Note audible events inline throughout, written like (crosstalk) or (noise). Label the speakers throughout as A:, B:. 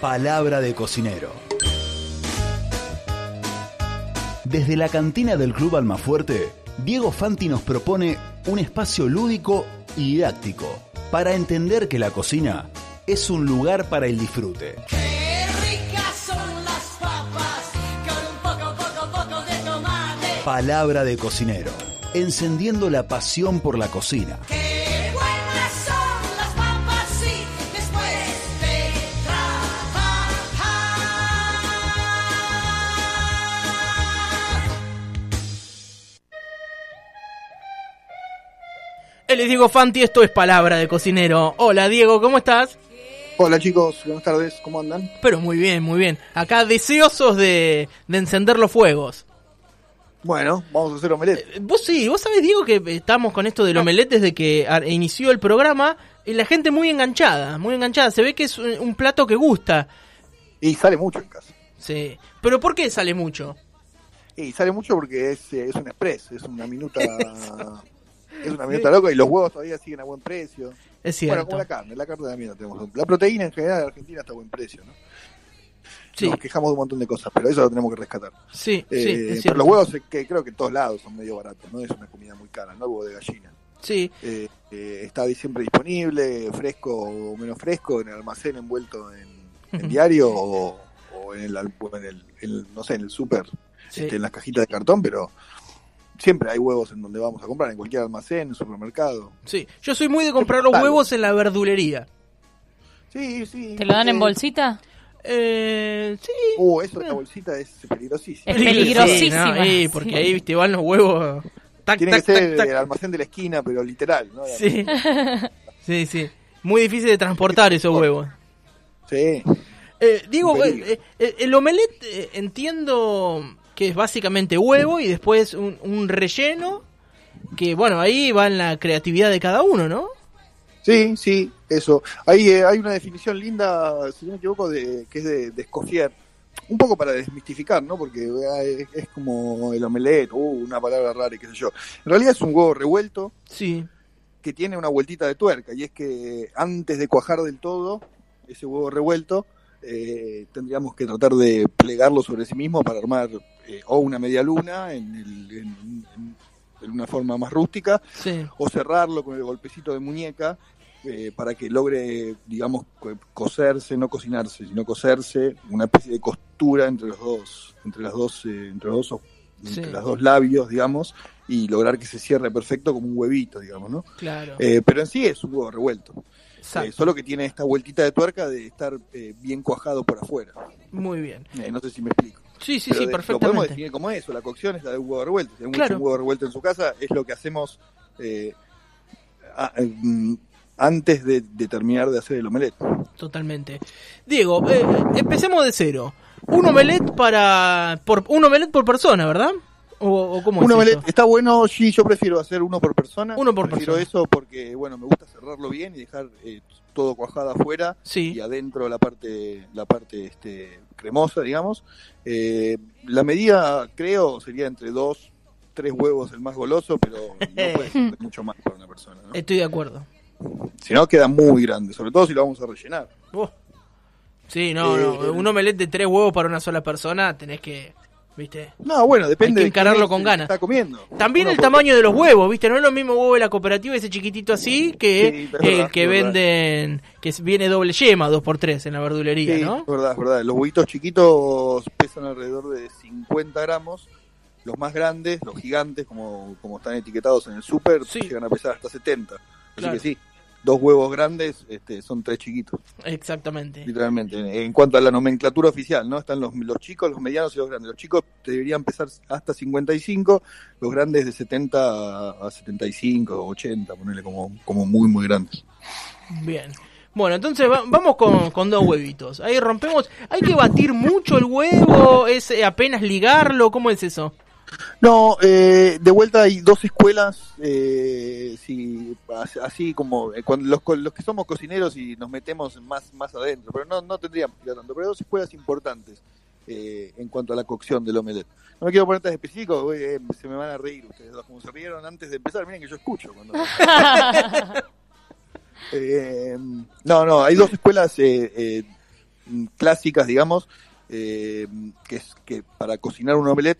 A: Palabra de cocinero. Desde la cantina del Club Almafuerte, Diego Fanti nos propone un espacio lúdico y didáctico para entender que la cocina es un lugar para el disfrute.
B: Qué ricas son las papas con un poco, poco, poco de tomate.
A: Palabra de cocinero. Encendiendo la pasión por la cocina.
B: Qué buenas son las papas sí, después de trabajar.
C: Él es Diego Eh, Fanti, esto es Palabra de Cocinero. Hola Diego, ¿cómo estás?
D: Hola chicos, buenas tardes, ¿cómo andan?
C: Pero muy bien, muy bien. Acá deseosos de, de encender los fuegos.
D: Bueno, vamos a hacer omelette.
C: Eh, Vos sí, vos sabés Diego que estamos con esto del omelette desde que ar- inició el programa y la gente muy enganchada, muy enganchada. Se ve que es un, un plato que gusta. Eh.
D: Y sale mucho en casa.
C: Sí. Pero ¿por qué sale mucho?
D: Y sale mucho porque es, eh, es un express, es
C: (laughs)
D: una minuta. es una minuta loca y los huevos todavía siguen a buen precio.
C: Es
D: Bueno,
C: cierto.
D: como la carne, la carne también la tenemos. La proteína en general de Argentina está a buen precio, ¿no?
C: sí,
D: Nos quejamos de un montón de cosas, pero eso lo tenemos que rescatar.
C: sí, sí,
D: Eh,
C: es
D: pero
C: cierto.
D: los huevos, eh, que creo que en todos lados son medio baratos, ¿no? Es una comida muy cara, ¿no? El huevo de gallina.
C: Sí,
D: Eh, eh, está siempre disponible, fresco o menos fresco, en el almacén envuelto en, en
C: Ujú.
D: diario o, o en el, al- o en el- el- no sé, en el súper,
C: sí.
D: este, en las cajitas de cartón, pero siempre hay huevos en donde vamos a comprar, en cualquier almacén, en supermercado.
C: sí. Yo soy muy de comprar los
D: Claro.
C: huevos en la verdulería.
D: Sí, sí.
E: ¿Te lo dan en
D: Eh,
E: bolsita?
C: Eh, sí.
D: Uh, eso de la bolsita es peligrosísimo.
E: Es peligrosísima.
C: Sí, no, eh, porque
E: Sí.
C: ahí viste, van los huevos. Tac,
D: Tiene que
C: tac,
D: ser
C: tac, tac.
D: el almacén de la esquina, pero literal, ¿no?
C: Sí. sí, sí. Muy difícil de transportar esos huevos.
D: Sí.
C: Eh, digo,
D: Un peligro.
C: eh, eh, el omelette eh, entiendo que es básicamente huevo y después un, un relleno. Que bueno, ahí va en la creatividad de cada uno, ¿no?
D: Sí, sí, eso. Ahí eh, hay una definición linda, si no me equivoco, de, que es de, de Escoffier. Un poco para desmistificar, ¿no? Porque eh, es, es como el omelette, uh, una palabra rara y qué sé yo. En realidad es un huevo revuelto
C: Sí.
D: que tiene una vueltita de tuerca y es que antes de cuajar del todo ese huevo revuelto, eh, tendríamos que tratar de plegarlo sobre sí mismo para armar eh, o una media luna en, el- en- en- en una forma más rústica
C: Sí.
D: o cerrarlo con el golpecito de muñeca eh, para que logre, digamos, co- coserse, no cocinarse, sino coserse, una especie de costura entre los dos, entre las dos, eh, entre los dos,
C: Sí.
D: entre los dos labios, digamos, y lograr que se cierre perfecto como un huevito, digamos, ¿no?
C: Claro.
D: Eh, pero en sí es un huevo revuelto,
C: Exacto.
D: Eh, solo que tiene esta vueltita de tuerca de estar eh, bien cuajado por afuera.
C: Muy bien.
D: Eh, no sé si me explico.
C: Sí, sí,
D: Pero
C: sí,
D: de- Lo podemos
C: perfectamente.
D: definir como eso, la cocción es la de un huevo revuelto. Si alguno
C: Claro.
D: hace un huevo revuelto en su casa, es lo que hacemos eh, a- em, antes de, de terminar de hacer el omelette.
C: Totalmente. Diego, eh, empecemos de cero. Un omelette para. Por, un omelette por persona, ¿verdad? ¿O, o cómo
D: Un
C: es
D: omelette
C: eso?
D: está bueno, sí, yo prefiero hacer uno por persona.
C: Uno por
D: prefiero
C: persona.
D: eso porque, bueno, me gusta cerrarlo bien y dejar eh, todo cuajado afuera
C: Sí.
D: y adentro la parte, la parte este, cremosa, digamos. Eh, la medida, creo, sería entre dos, tres huevos el más goloso, pero no puede
C: (laughs)
D: ser mucho más para una persona. ¿no?
C: Estoy de acuerdo.
D: Si no, queda muy grande, sobre todo si lo vamos a rellenar.
C: Oh. Sí, no, no.
D: Eh,
C: Un omelette de tres huevos para una sola persona tenés que. ¿Viste?
D: No, bueno, depende.
C: Hay que
D: de quién
C: encararlo
D: es
C: con
D: el que
C: ganas.
D: Está comiendo.
C: También
D: Uno
C: el
D: puede-
C: tamaño de los huevos, ¿viste? No es lo mismo huevo de la cooperativa, ese chiquitito así, que
D: Sí, es
C: el
D: verdad,
C: que
D: es verdad.
C: venden. que viene doble yema, dos por tres en la verdulería,
D: Sí,
C: ¿no?
D: es verdad, es verdad. Los huevitos chiquitos pesan alrededor de 50 gramos. Los más grandes, los gigantes, como, como están etiquetados en el súper,
C: Sí.
D: llegan a pesar hasta 70.
C: Claro.
D: Así que sí, dos huevos grandes este, son tres chiquitos,
C: Exactamente.
D: literalmente. En, en cuanto a la nomenclatura oficial, ¿no? Están los, los chicos, los medianos y los grandes. Los chicos deberían pesar hasta 55, los grandes de 70 a 75, 80, ponerle como, como muy, muy grandes.
C: Bien. Bueno, entonces va- vamos con, con dos huevitos. Ahí rompemos. ¿Hay que batir mucho el huevo? ¿Es eh, apenas ligarlo? ¿Cómo es eso?
D: No, eh, de vuelta hay dos escuelas, eh, si- as- así como eh, cuando los, co- los que somos cocineros y nos metemos más, más adentro, pero no, no tendríamos que ir tanto, pero hay dos escuelas importantes eh, en cuanto a la cocción del omelette. No me quiero poner tan específico, voy, eh, se me van a reír ustedes dos, como se rieron antes de empezar, miren que yo escucho. Cuando... Eh, no, no, hay dos escuelas eh, eh, mm, clásicas, digamos, eh, que, es, que para cocinar un omelette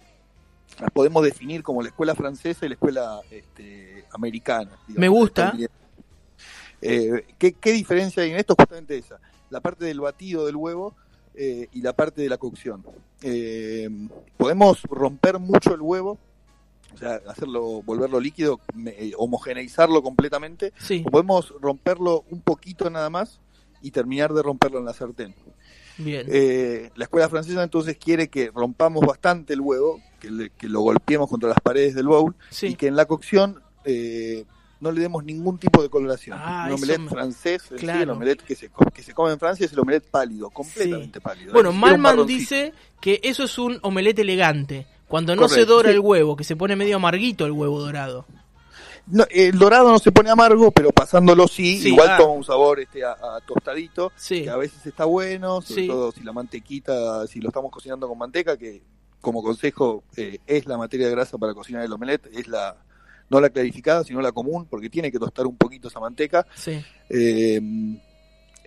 D: las podemos definir como la escuela francesa y la escuela este, americana. digamos,
C: Me gusta.
D: Eh, ¿qué, qué diferencia hay en esto? Justamente esa, la parte del batido del huevo eh, y la parte de la cocción. Eh, podemos romper mucho el huevo, o sea, hacerlo, volverlo líquido, me- eh, homogeneizarlo completamente,
C: Sí,
D: o podemos romperlo un poquito nada más y terminar de romperlo en la sartén.
C: bien.
D: Eh, la escuela francesa entonces quiere que rompamos bastante el huevo, que, le- que lo golpeemos contra las paredes del bowl y
C: Sí,
D: que en la cocción eh, no le demos ningún tipo de coloración.
C: Ah,
D: un
C: eso
D: omelette
C: me-
D: francés, en sí, el
C: Claro.
D: omelette que se, co- que se come en Francia es el omelette pálido, completamente pálido.
C: Bueno,
D: Ni siquiera un
C: Malman
D: marroncito.
C: dice que eso es un omelete elegante. Cuando no se
D: Correcto,
C: dora
D: sí.
C: el huevo, que se pone medio amarguito el huevo dorado.
D: No, el dorado no se pone amargo, pero pasándolo sí,
C: Sí,
D: igual
C: ah.
D: toma un sabor este a, a tostadito,
C: Sí,
D: que a veces está bueno, sobre
C: Sí.
D: todo si la mantequita, si lo estamos cocinando con manteca, que como consejo eh, es la materia grasa para cocinar el omelette, es la no la clarificada, sino la común, porque tiene que tostar un poquito esa manteca.
C: sí.
D: Eh,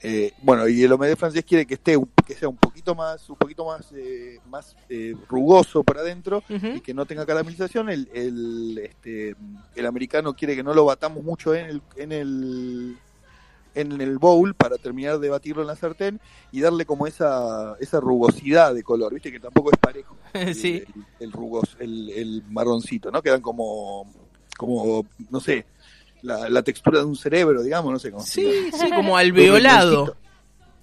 D: eh, bueno, y el omelette francés quiere que esté un- que sea un poquito más, un poquito más, eh, más eh, rugoso para adentro y
C: Ujú.
D: que no tenga caramelización. El, el, este, el americano quiere que no lo batamos mucho en el, en el en el bowl para terminar de batirlo en la sartén y darle como esa, esa rugosidad de color, viste que tampoco es parejo
C: (laughs)
D: el-
C: Sí,
D: el, el rugoso, el, el marroncito, ¿no? Quedan como, como no sé, la, la textura de un cerebro, digamos, no sé cómo
C: sí,
D: explicarlo. (laughs)
C: sí, como alveolado.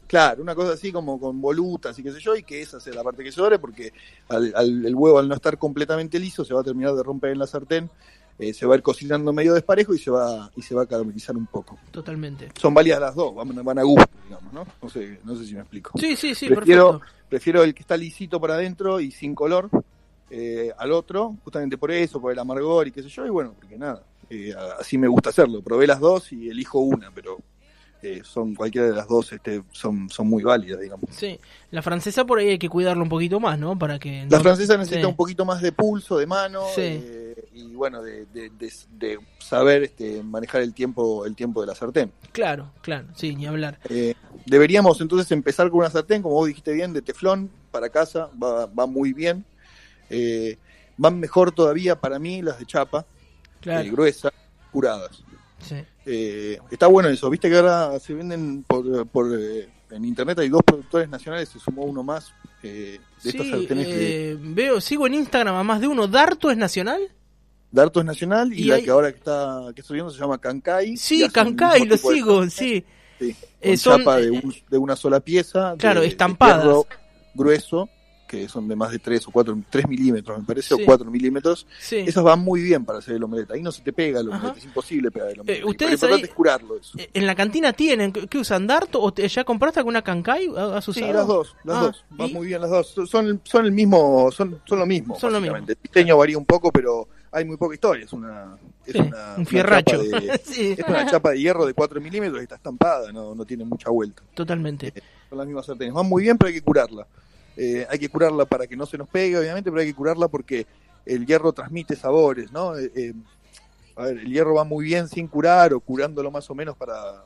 D: Claro, una cosa así como con volutas y qué sé yo, y que esa sea la parte que sobre, porque al, al- el huevo al no estar completamente liso se va a terminar de romper en la sartén, eh, se va a ir cocinando medio desparejo y se va y se va a caramelizar un poco.
C: Totalmente.
D: Son válidas las dos, van, van a gusto, digamos, ¿no? No sé, no sé si me explico
C: Sí, sí, sí,
D: Prefiero-
C: perfecto.
D: prefiero el que está lisito para adentro y sin color eh, al otro, justamente por eso, por el amargor y qué sé yo, y bueno, porque nada, eh, a- así me gusta hacerlo. Probé las dos y elijo una, pero eh, son cualquiera de las dos este, son, son muy válidas, digamos.
C: Sí, la francesa por ahí hay que cuidarla un poquito más, ¿no? Para que
D: La
C: no-
D: francesa necesita
C: sí.
D: un poquito más de pulso, de mano,
C: Sí.
D: eh, y bueno, de, de- de- de saber este, manejar el tiempo, el tiempo de la sartén.
C: Claro, claro, sí, ni hablar.
D: Eh, deberíamos entonces empezar con una sartén, como vos dijiste bien, de teflón para casa, va, va muy bien. Eh, van mejor todavía para mí las de chapa, eh,
C: Claro,
D: gruesa, curadas.
C: sí.
D: Eh, está bueno eso, viste que ahora se venden por, por, eh, en internet, hay dos productores nacionales, se sumó uno más eh, de estas
C: Sí,
D: sartenes de
C: eh, veo, sigo en Instagram a más de uno. ¿Darto es nacional?
D: Darto es Nacional y,
C: y
D: la
C: hay-
D: que ahora que está que está subiendo se llama Kankai. y
C: Sí,
D: hacen el
C: Kancay,
D: mismo
C: lo
D: tipo de
C: sigo,
D: sartenes.
C: sí.
D: Sí, con
C: Eh, son-
D: chapa de, un- de una sola pieza.
C: Claro,
D: de- de
C: estampadas.
D: hierro grueso, que son de más de 3 o 4, 3 milímetros, me parece,
C: Sí.
D: o 4 milímetros.
C: sí.
D: Esas van muy bien para hacer el omelette. Ahí no se te pega el omelette,
C: Ajá.
D: es imposible pegar el omelette.
C: Eh, ustedes
D: lo importante
C: ahí-
D: es curarlo eso.
C: Eh, En la cantina tienen, ¿qué qué usan? ¿Darto? ¿O te- ya compraste alguna Kancay? ¿Has
D: Sí,
C: usado?
D: las dos, las
C: Ah,
D: dos, van
C: ¿y?
D: muy bien las dos. Son- Son, son el mismo, son, son lo mismo.
C: Son lo mismo.
D: básicamente. El diseño varía un poco, pero hay muy poca historia. Es una, es
C: Sí, un
D: una- una
C: fierracho.
D: chapa de-
C: (laughs) sí,
D: es una chapa de hierro de 4 milímetros y está estampada, no, no tiene mucha vuelta.
C: totalmente.
D: son las mismas sartenes. Van muy bien, pero hay que curarla. Eh, hay que curarla para que no se nos pegue, obviamente, pero hay que curarla porque el hierro transmite sabores, ¿no? Eh, eh, a ver, el hierro va muy bien sin curar o curándolo más o menos para,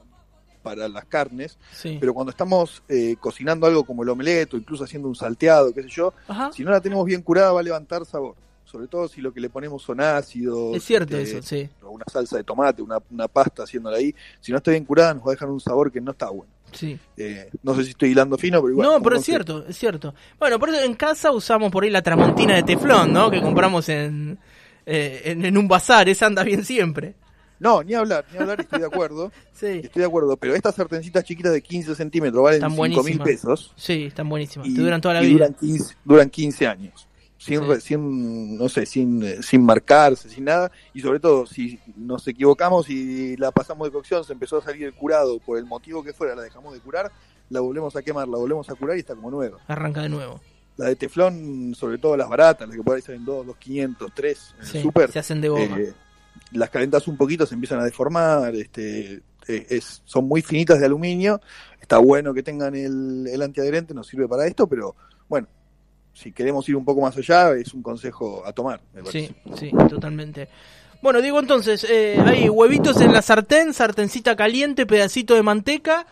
D: para las carnes,
C: Sí.
D: pero cuando estamos eh, cocinando algo como el omelette o incluso haciendo un salteado, qué sé yo,
C: Ajá,
D: si no la tenemos bien curada va a levantar sabor, sobre todo si lo que le ponemos son ácidos.
C: es cierto
D: este,
C: eso, sí.
D: o Una salsa de tomate, una, una pasta haciéndola ahí, si no está bien curada nos va a dejar un sabor que no está bueno.
C: sí.
D: Eh, no sé si estoy hilando fino, pero igual.
C: no, pero es cierto, es cierto. Bueno, por eso en casa usamos por ahí la tramontina de teflón, ¿no? Que compramos en, eh, en, en un bazar, esa anda bien siempre.
D: No, ni hablar, ni hablar, estoy de acuerdo.
C: (laughs) Sí,
D: Estoy de acuerdo, pero estas sartencitas chiquitas de 15 centímetros valen
C: Están
D: 5 mil
C: buenísimas.
D: pesos.
C: sí, están buenísimas.
D: y-
C: Te duran toda la
D: y
C: vida.
D: Duran 15, duran 15 años. Sin,
C: Sí.
D: re- sin, no sé, sin, eh, sin marcarse, sin nada. Y sobre todo, si nos equivocamos y la pasamos de cocción, se empezó a salir el curado por el motivo que fuera, la dejamos de curar, la volvemos a quemar, la volvemos a curar y está como nueva.
C: Arranca de nuevo.
D: La de teflón, sobre todo las baratas, las que por ahí salen 2, 2,500, 3, en el
C: Sí,
D: súper,
C: se hacen de goma.
D: eh, las calentas un poquito, se empiezan a deformar, este, eh, es, son muy finitas de aluminio, está bueno que tengan el, el antiadherente, nos sirve para esto, pero bueno, si queremos ir un poco más allá, es un consejo a tomar, me parece.
C: Sí, sí, totalmente. Bueno, digo entonces, eh, hay huevitos en la sartén, sartencita caliente, pedacito de manteca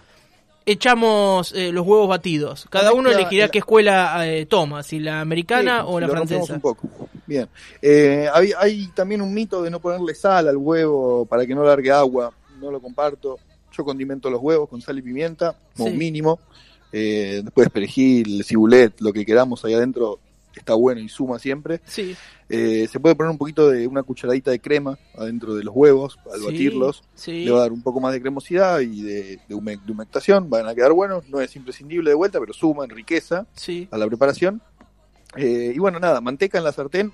C: echamos eh, los huevos batidos. Cada uno
D: mezcla-
C: elegirá
D: la-
C: qué escuela eh, toma, si la americana
D: Sí,
C: o la
D: lo rompemos
C: francesa.
D: Un poco. Bien. Eh, hay, hay también un mito de no ponerle sal al huevo para que no largue agua. No lo comparto. Yo condimento los huevos con sal y pimienta, como
C: Sí.
D: mínimo. Eh, después perejil, cibulet, lo que queramos ahí adentro está bueno y suma siempre.
C: Sí.
D: Eh, se puede poner un poquito de una cucharadita de crema adentro de los huevos al
C: sí,
D: batirlos.
C: Sí.
D: Le va a dar un poco más de cremosidad y de, de hume- de humectación. Van a quedar buenos. No es imprescindible de vuelta, pero suma en riqueza
C: sí.
D: a la preparación. Eh, y bueno, nada, manteca en la sartén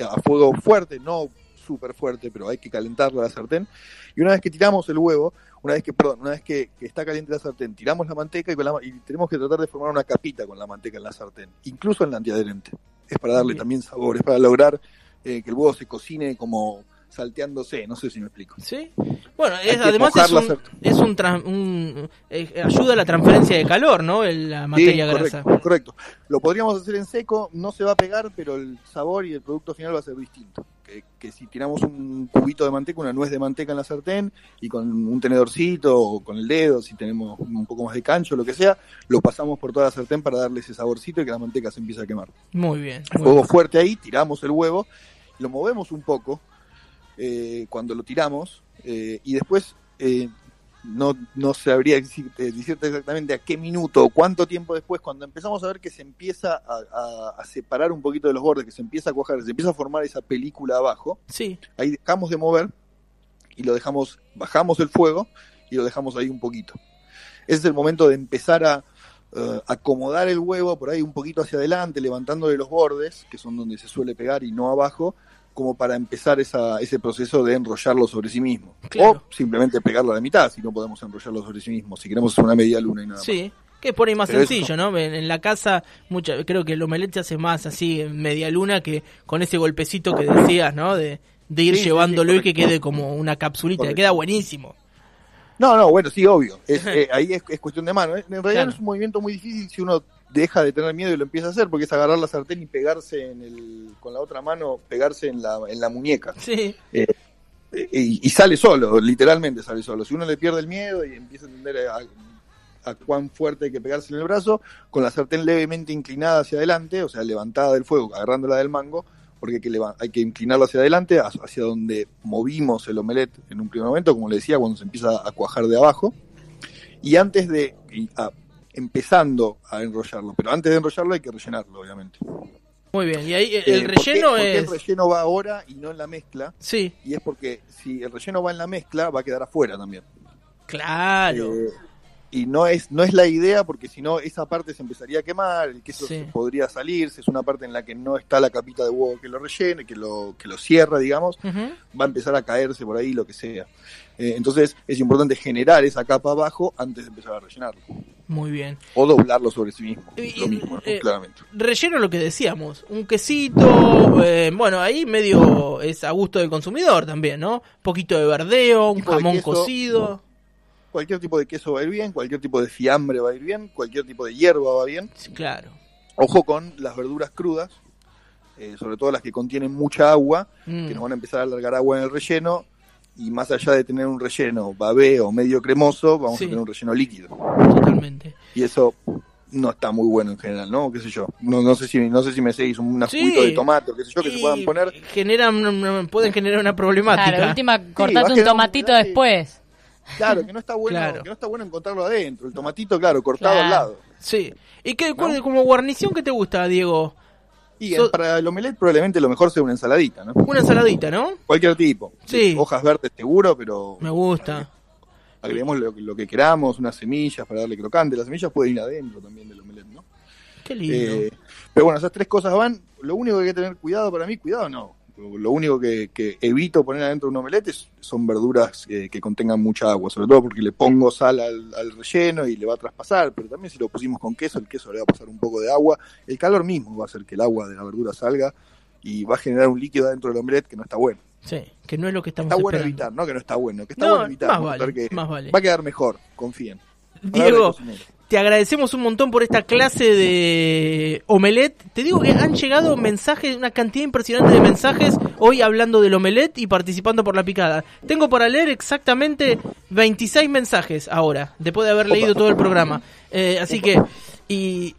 D: a fuego fuerte, no súper fuerte, pero hay que calentarla la sartén. Y una vez que tiramos el huevo, una vez que, perdón, una vez que, que está caliente la sartén, tiramos la manteca y, con la ma- y tenemos que tratar de formar una capita con la manteca en la sartén, incluso en la antiadherente. Es para darle
C: Bien.
D: también sabor, es para lograr eh, que el huevo se cocine como salteándose, no sé si me explico.
C: Sí. Bueno,
D: Hay
C: es-
D: que
C: además
D: mojar
C: es
D: la
C: un,
D: sartén.
C: es un, tran- un- eh, ayuda a la transferencia de calor, ¿no? El- la materia
D: Sí,
C: grasa.
D: Correcto, correcto. Lo podríamos hacer en seco, no se va a pegar, pero el sabor y el producto final va a ser distinto. Que, que si tiramos un cubito de manteca, una nuez de manteca en la sartén y con un tenedorcito o con el dedo, si tenemos un poco más de cancho, lo que sea, lo pasamos por toda la sartén para darle ese saborcito y que la manteca se empiece a quemar.
C: Muy bien. muy
D: Fuego
C: bien.
D: fuerte ahí, tiramos el huevo, lo movemos un poco eh, cuando lo tiramos eh, y después eh, no, no sabría decirte, decirte exactamente a qué minuto o cuánto tiempo después, cuando empezamos a ver que se empieza a, a- a separar un poquito de los bordes, que se empieza a cuajar, se empieza a formar esa película abajo,
C: Sí.
D: ahí dejamos de mover y lo dejamos, bajamos el fuego y lo dejamos ahí un poquito. Ese es el momento de empezar a eh, acomodar el huevo por ahí un poquito hacia adelante, levantándole los bordes, que son donde se suele pegar y no abajo, como para empezar esa- ese proceso de enrollarlo sobre sí mismo.
C: Claro.
D: O simplemente pegarlo a la mitad, si no podemos enrollarlo sobre sí mismo, si queremos hacer una media luna y nada. más.
C: Sí, que por ahí más
D: Pero eso-
C: sencillo, ¿no? En, en la casa, mucha, creo que el omelette se hace más así, en media luna, que con ese golpecito que decías, ¿no? De, de ir
D: Sí, sí, sí,
C: llevándolo y que
D: correcto.
C: quede como una capsulita,
D: Correcto.
C: queda buenísimo.
D: No, no, bueno, sí, obvio. Es, eh, ahí es, es cuestión de mano. ¿eh? En realidad
C: Claro.
D: es un movimiento muy difícil si uno deja de tener miedo y lo empieza a hacer, porque es agarrar la sartén y pegarse en el, con la otra mano, pegarse en la, en la muñeca.
C: Sí,
D: Eh, Y, y sale solo, literalmente sale solo. Si uno le pierde el miedo y empieza a entender a, a cuán fuerte hay que pegarse en el brazo, con la sartén levemente inclinada hacia adelante, o sea, levantada del fuego, agarrándola del mango, porque hay que, leva- hay que inclinarlo hacia adelante, as- hacia donde movimos el omelette en un primer momento, como le decía, cuando se empieza a cuajar de abajo. Y antes de, y, ah, empezando a enrollarlo, pero antes de enrollarlo hay que rellenarlo, obviamente.
C: muy bien. Y ahí eh,
D: Eh,
C: el
D: ¿por qué-
C: relleno
D: por qué
C: es...
D: El relleno va ahora y no en la mezcla
C: Sí,
D: y es porque si el relleno va en la mezcla va a quedar afuera también
C: claro.
D: Eh, y no es no es la idea porque si no esa parte se empezaría a quemar el queso
C: Sí.
D: se podría salirse es una parte en la que no está la capita de huevo que lo rellene que lo que lo cierra digamos
C: Ujú.
D: va a empezar a caerse por ahí lo que sea Eh, entonces es importante generar esa capa abajo antes de empezar a rellenarlo
C: Muy bien.
D: o doblarlo sobre sí mismo
C: Y-
D: lo mismo
C: eh,
D: claramente
C: Relleno lo que decíamos, un quesito, eh, bueno, ahí medio es a gusto del consumidor también, ¿no? poquito de verdeo, un
D: Tipo de
C: jamón
D: queso.
C: cocido,
D: cualquier tipo de queso va a ir bien cualquier tipo de fiambre va a ir bien cualquier tipo de hierba va bien
C: Sí, claro.
D: Ojo con las verduras crudas, eh, sobre todo las que contienen mucha agua,
C: Mm.
D: que nos van a empezar a alargar agua en el relleno. Y más allá de tener un relleno babé o medio cremoso, vamos
C: Sí.
D: a tener un relleno líquido.
C: Totalmente.
D: Y eso no está muy bueno en general, ¿no? ¿Qué sé yo? No, no sé si no sé si me seguís un
C: Sí.
D: juguito de tomate, o qué sé yo, que se
C: Y
D: puedan poner.
C: generan- pueden generar una problemática.
E: Claro, de última,
D: va a
E: cortate un
D: quedar un
E: tomatito
D: pedazo y-
E: después.
D: Claro, que no está bueno,
C: Claro.
D: que no está bueno encontrarlo adentro, el tomatito, claro, cortado
E: Claro.
D: al lado.
C: Sí. ¿Y qué, cuál- como guarnición que te gusta, Diego?
D: Y
C: So-
D: eh, para el omelette probablemente lo mejor sea una ensaladita, ¿no?
C: Una ensaladita, ¿no?
D: Cualquier tipo.
C: Sí.
D: Hojas verdes seguro, pero
C: Me gusta.
D: agreguemos lo, lo que queramos, unas semillas para darle crocante. Las semillas pueden ir adentro también del omelette, ¿no?
C: Qué lindo.
D: Eh, pero bueno, esas tres cosas van. Lo único que hay que tener cuidado para mí, cuidado no. Lo lo único que, que evito poner adentro de un omelette es- son verduras eh, que contengan mucha agua, sobre todo porque le pongo sal al, al relleno y le va a traspasar, pero también si lo pusimos con queso, el queso le va a pasar un poco de agua. El calor mismo va a hacer que el agua de la verdura salga y va a generar un líquido adentro del omelette que no está bueno.
C: sí, que no es lo que estamos
D: Está bueno
C: esperando.
D: evitar, no que no está bueno, que está
C: No,
D: bueno evitar.
C: más
D: vamos a
C: vale,
D: tratar que
C: más vale.
D: Va a quedar mejor, confíen. Palabra de
C: Diego,
D: cocinero.
C: Te agradecemos un montón por esta clase de omelette. Te digo que han llegado mensajes, una cantidad impresionante de mensajes hoy hablando del omelette y participando por la picada. Tengo para leer exactamente 26 mensajes ahora, después de haber leído todo el programa. Eh, así que, y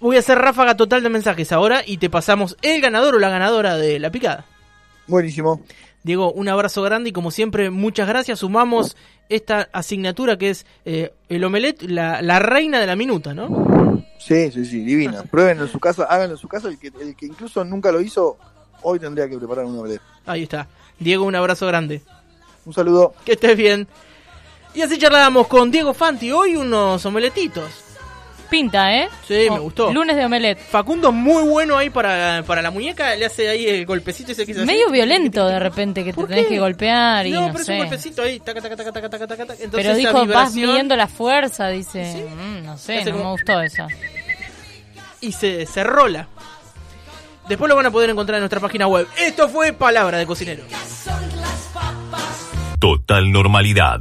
C: voy a hacer ráfaga total de mensajes ahora y te pasamos el ganador o la ganadora de la picada.
D: Buenísimo.
C: Diego, un abrazo grande y como siempre, muchas gracias. Sumamos esta asignatura que es eh, el omelet, la, la reina de la minuta, ¿no?
D: Sí, sí, sí, divina. Pruébenlo en su casa, háganlo en su casa. El que, el que incluso nunca lo hizo, hoy tendría que preparar una omelette.
C: Ahí está. Diego, un abrazo grande.
D: Un saludo.
C: Que estés bien. Y así charlábamos con Diego Fanti. Hoy unos omeletitos.
E: Pinta, ¿eh?
C: Sí, me gustó.
E: Lunes de omelette.
C: Facundo muy bueno ahí para, para la muñeca. Le hace ahí el golpecito ese que hizo así.
E: Medio violento de repente que te
C: ¿Por
E: tenés
C: qué?
E: que golpear y
C: No,
E: no,
C: pero es
E: sé.
C: un golpecito ahí. Taca, taca, taca, taca, taca, taca, taca. Entonces
E: Pero
C: esa
E: dijo, vas
C: vibración-
E: midiendo la fuerza, dice.
C: Sí.
E: Mm, no sé,
C: Hace
E: no
C: como-
E: me gustó eso.
C: y se, se rola. Después lo van a poder encontrar en nuestra página web. Esto fue Palabra de Cocinero.
B: Son las papas.
F: Total normalidad.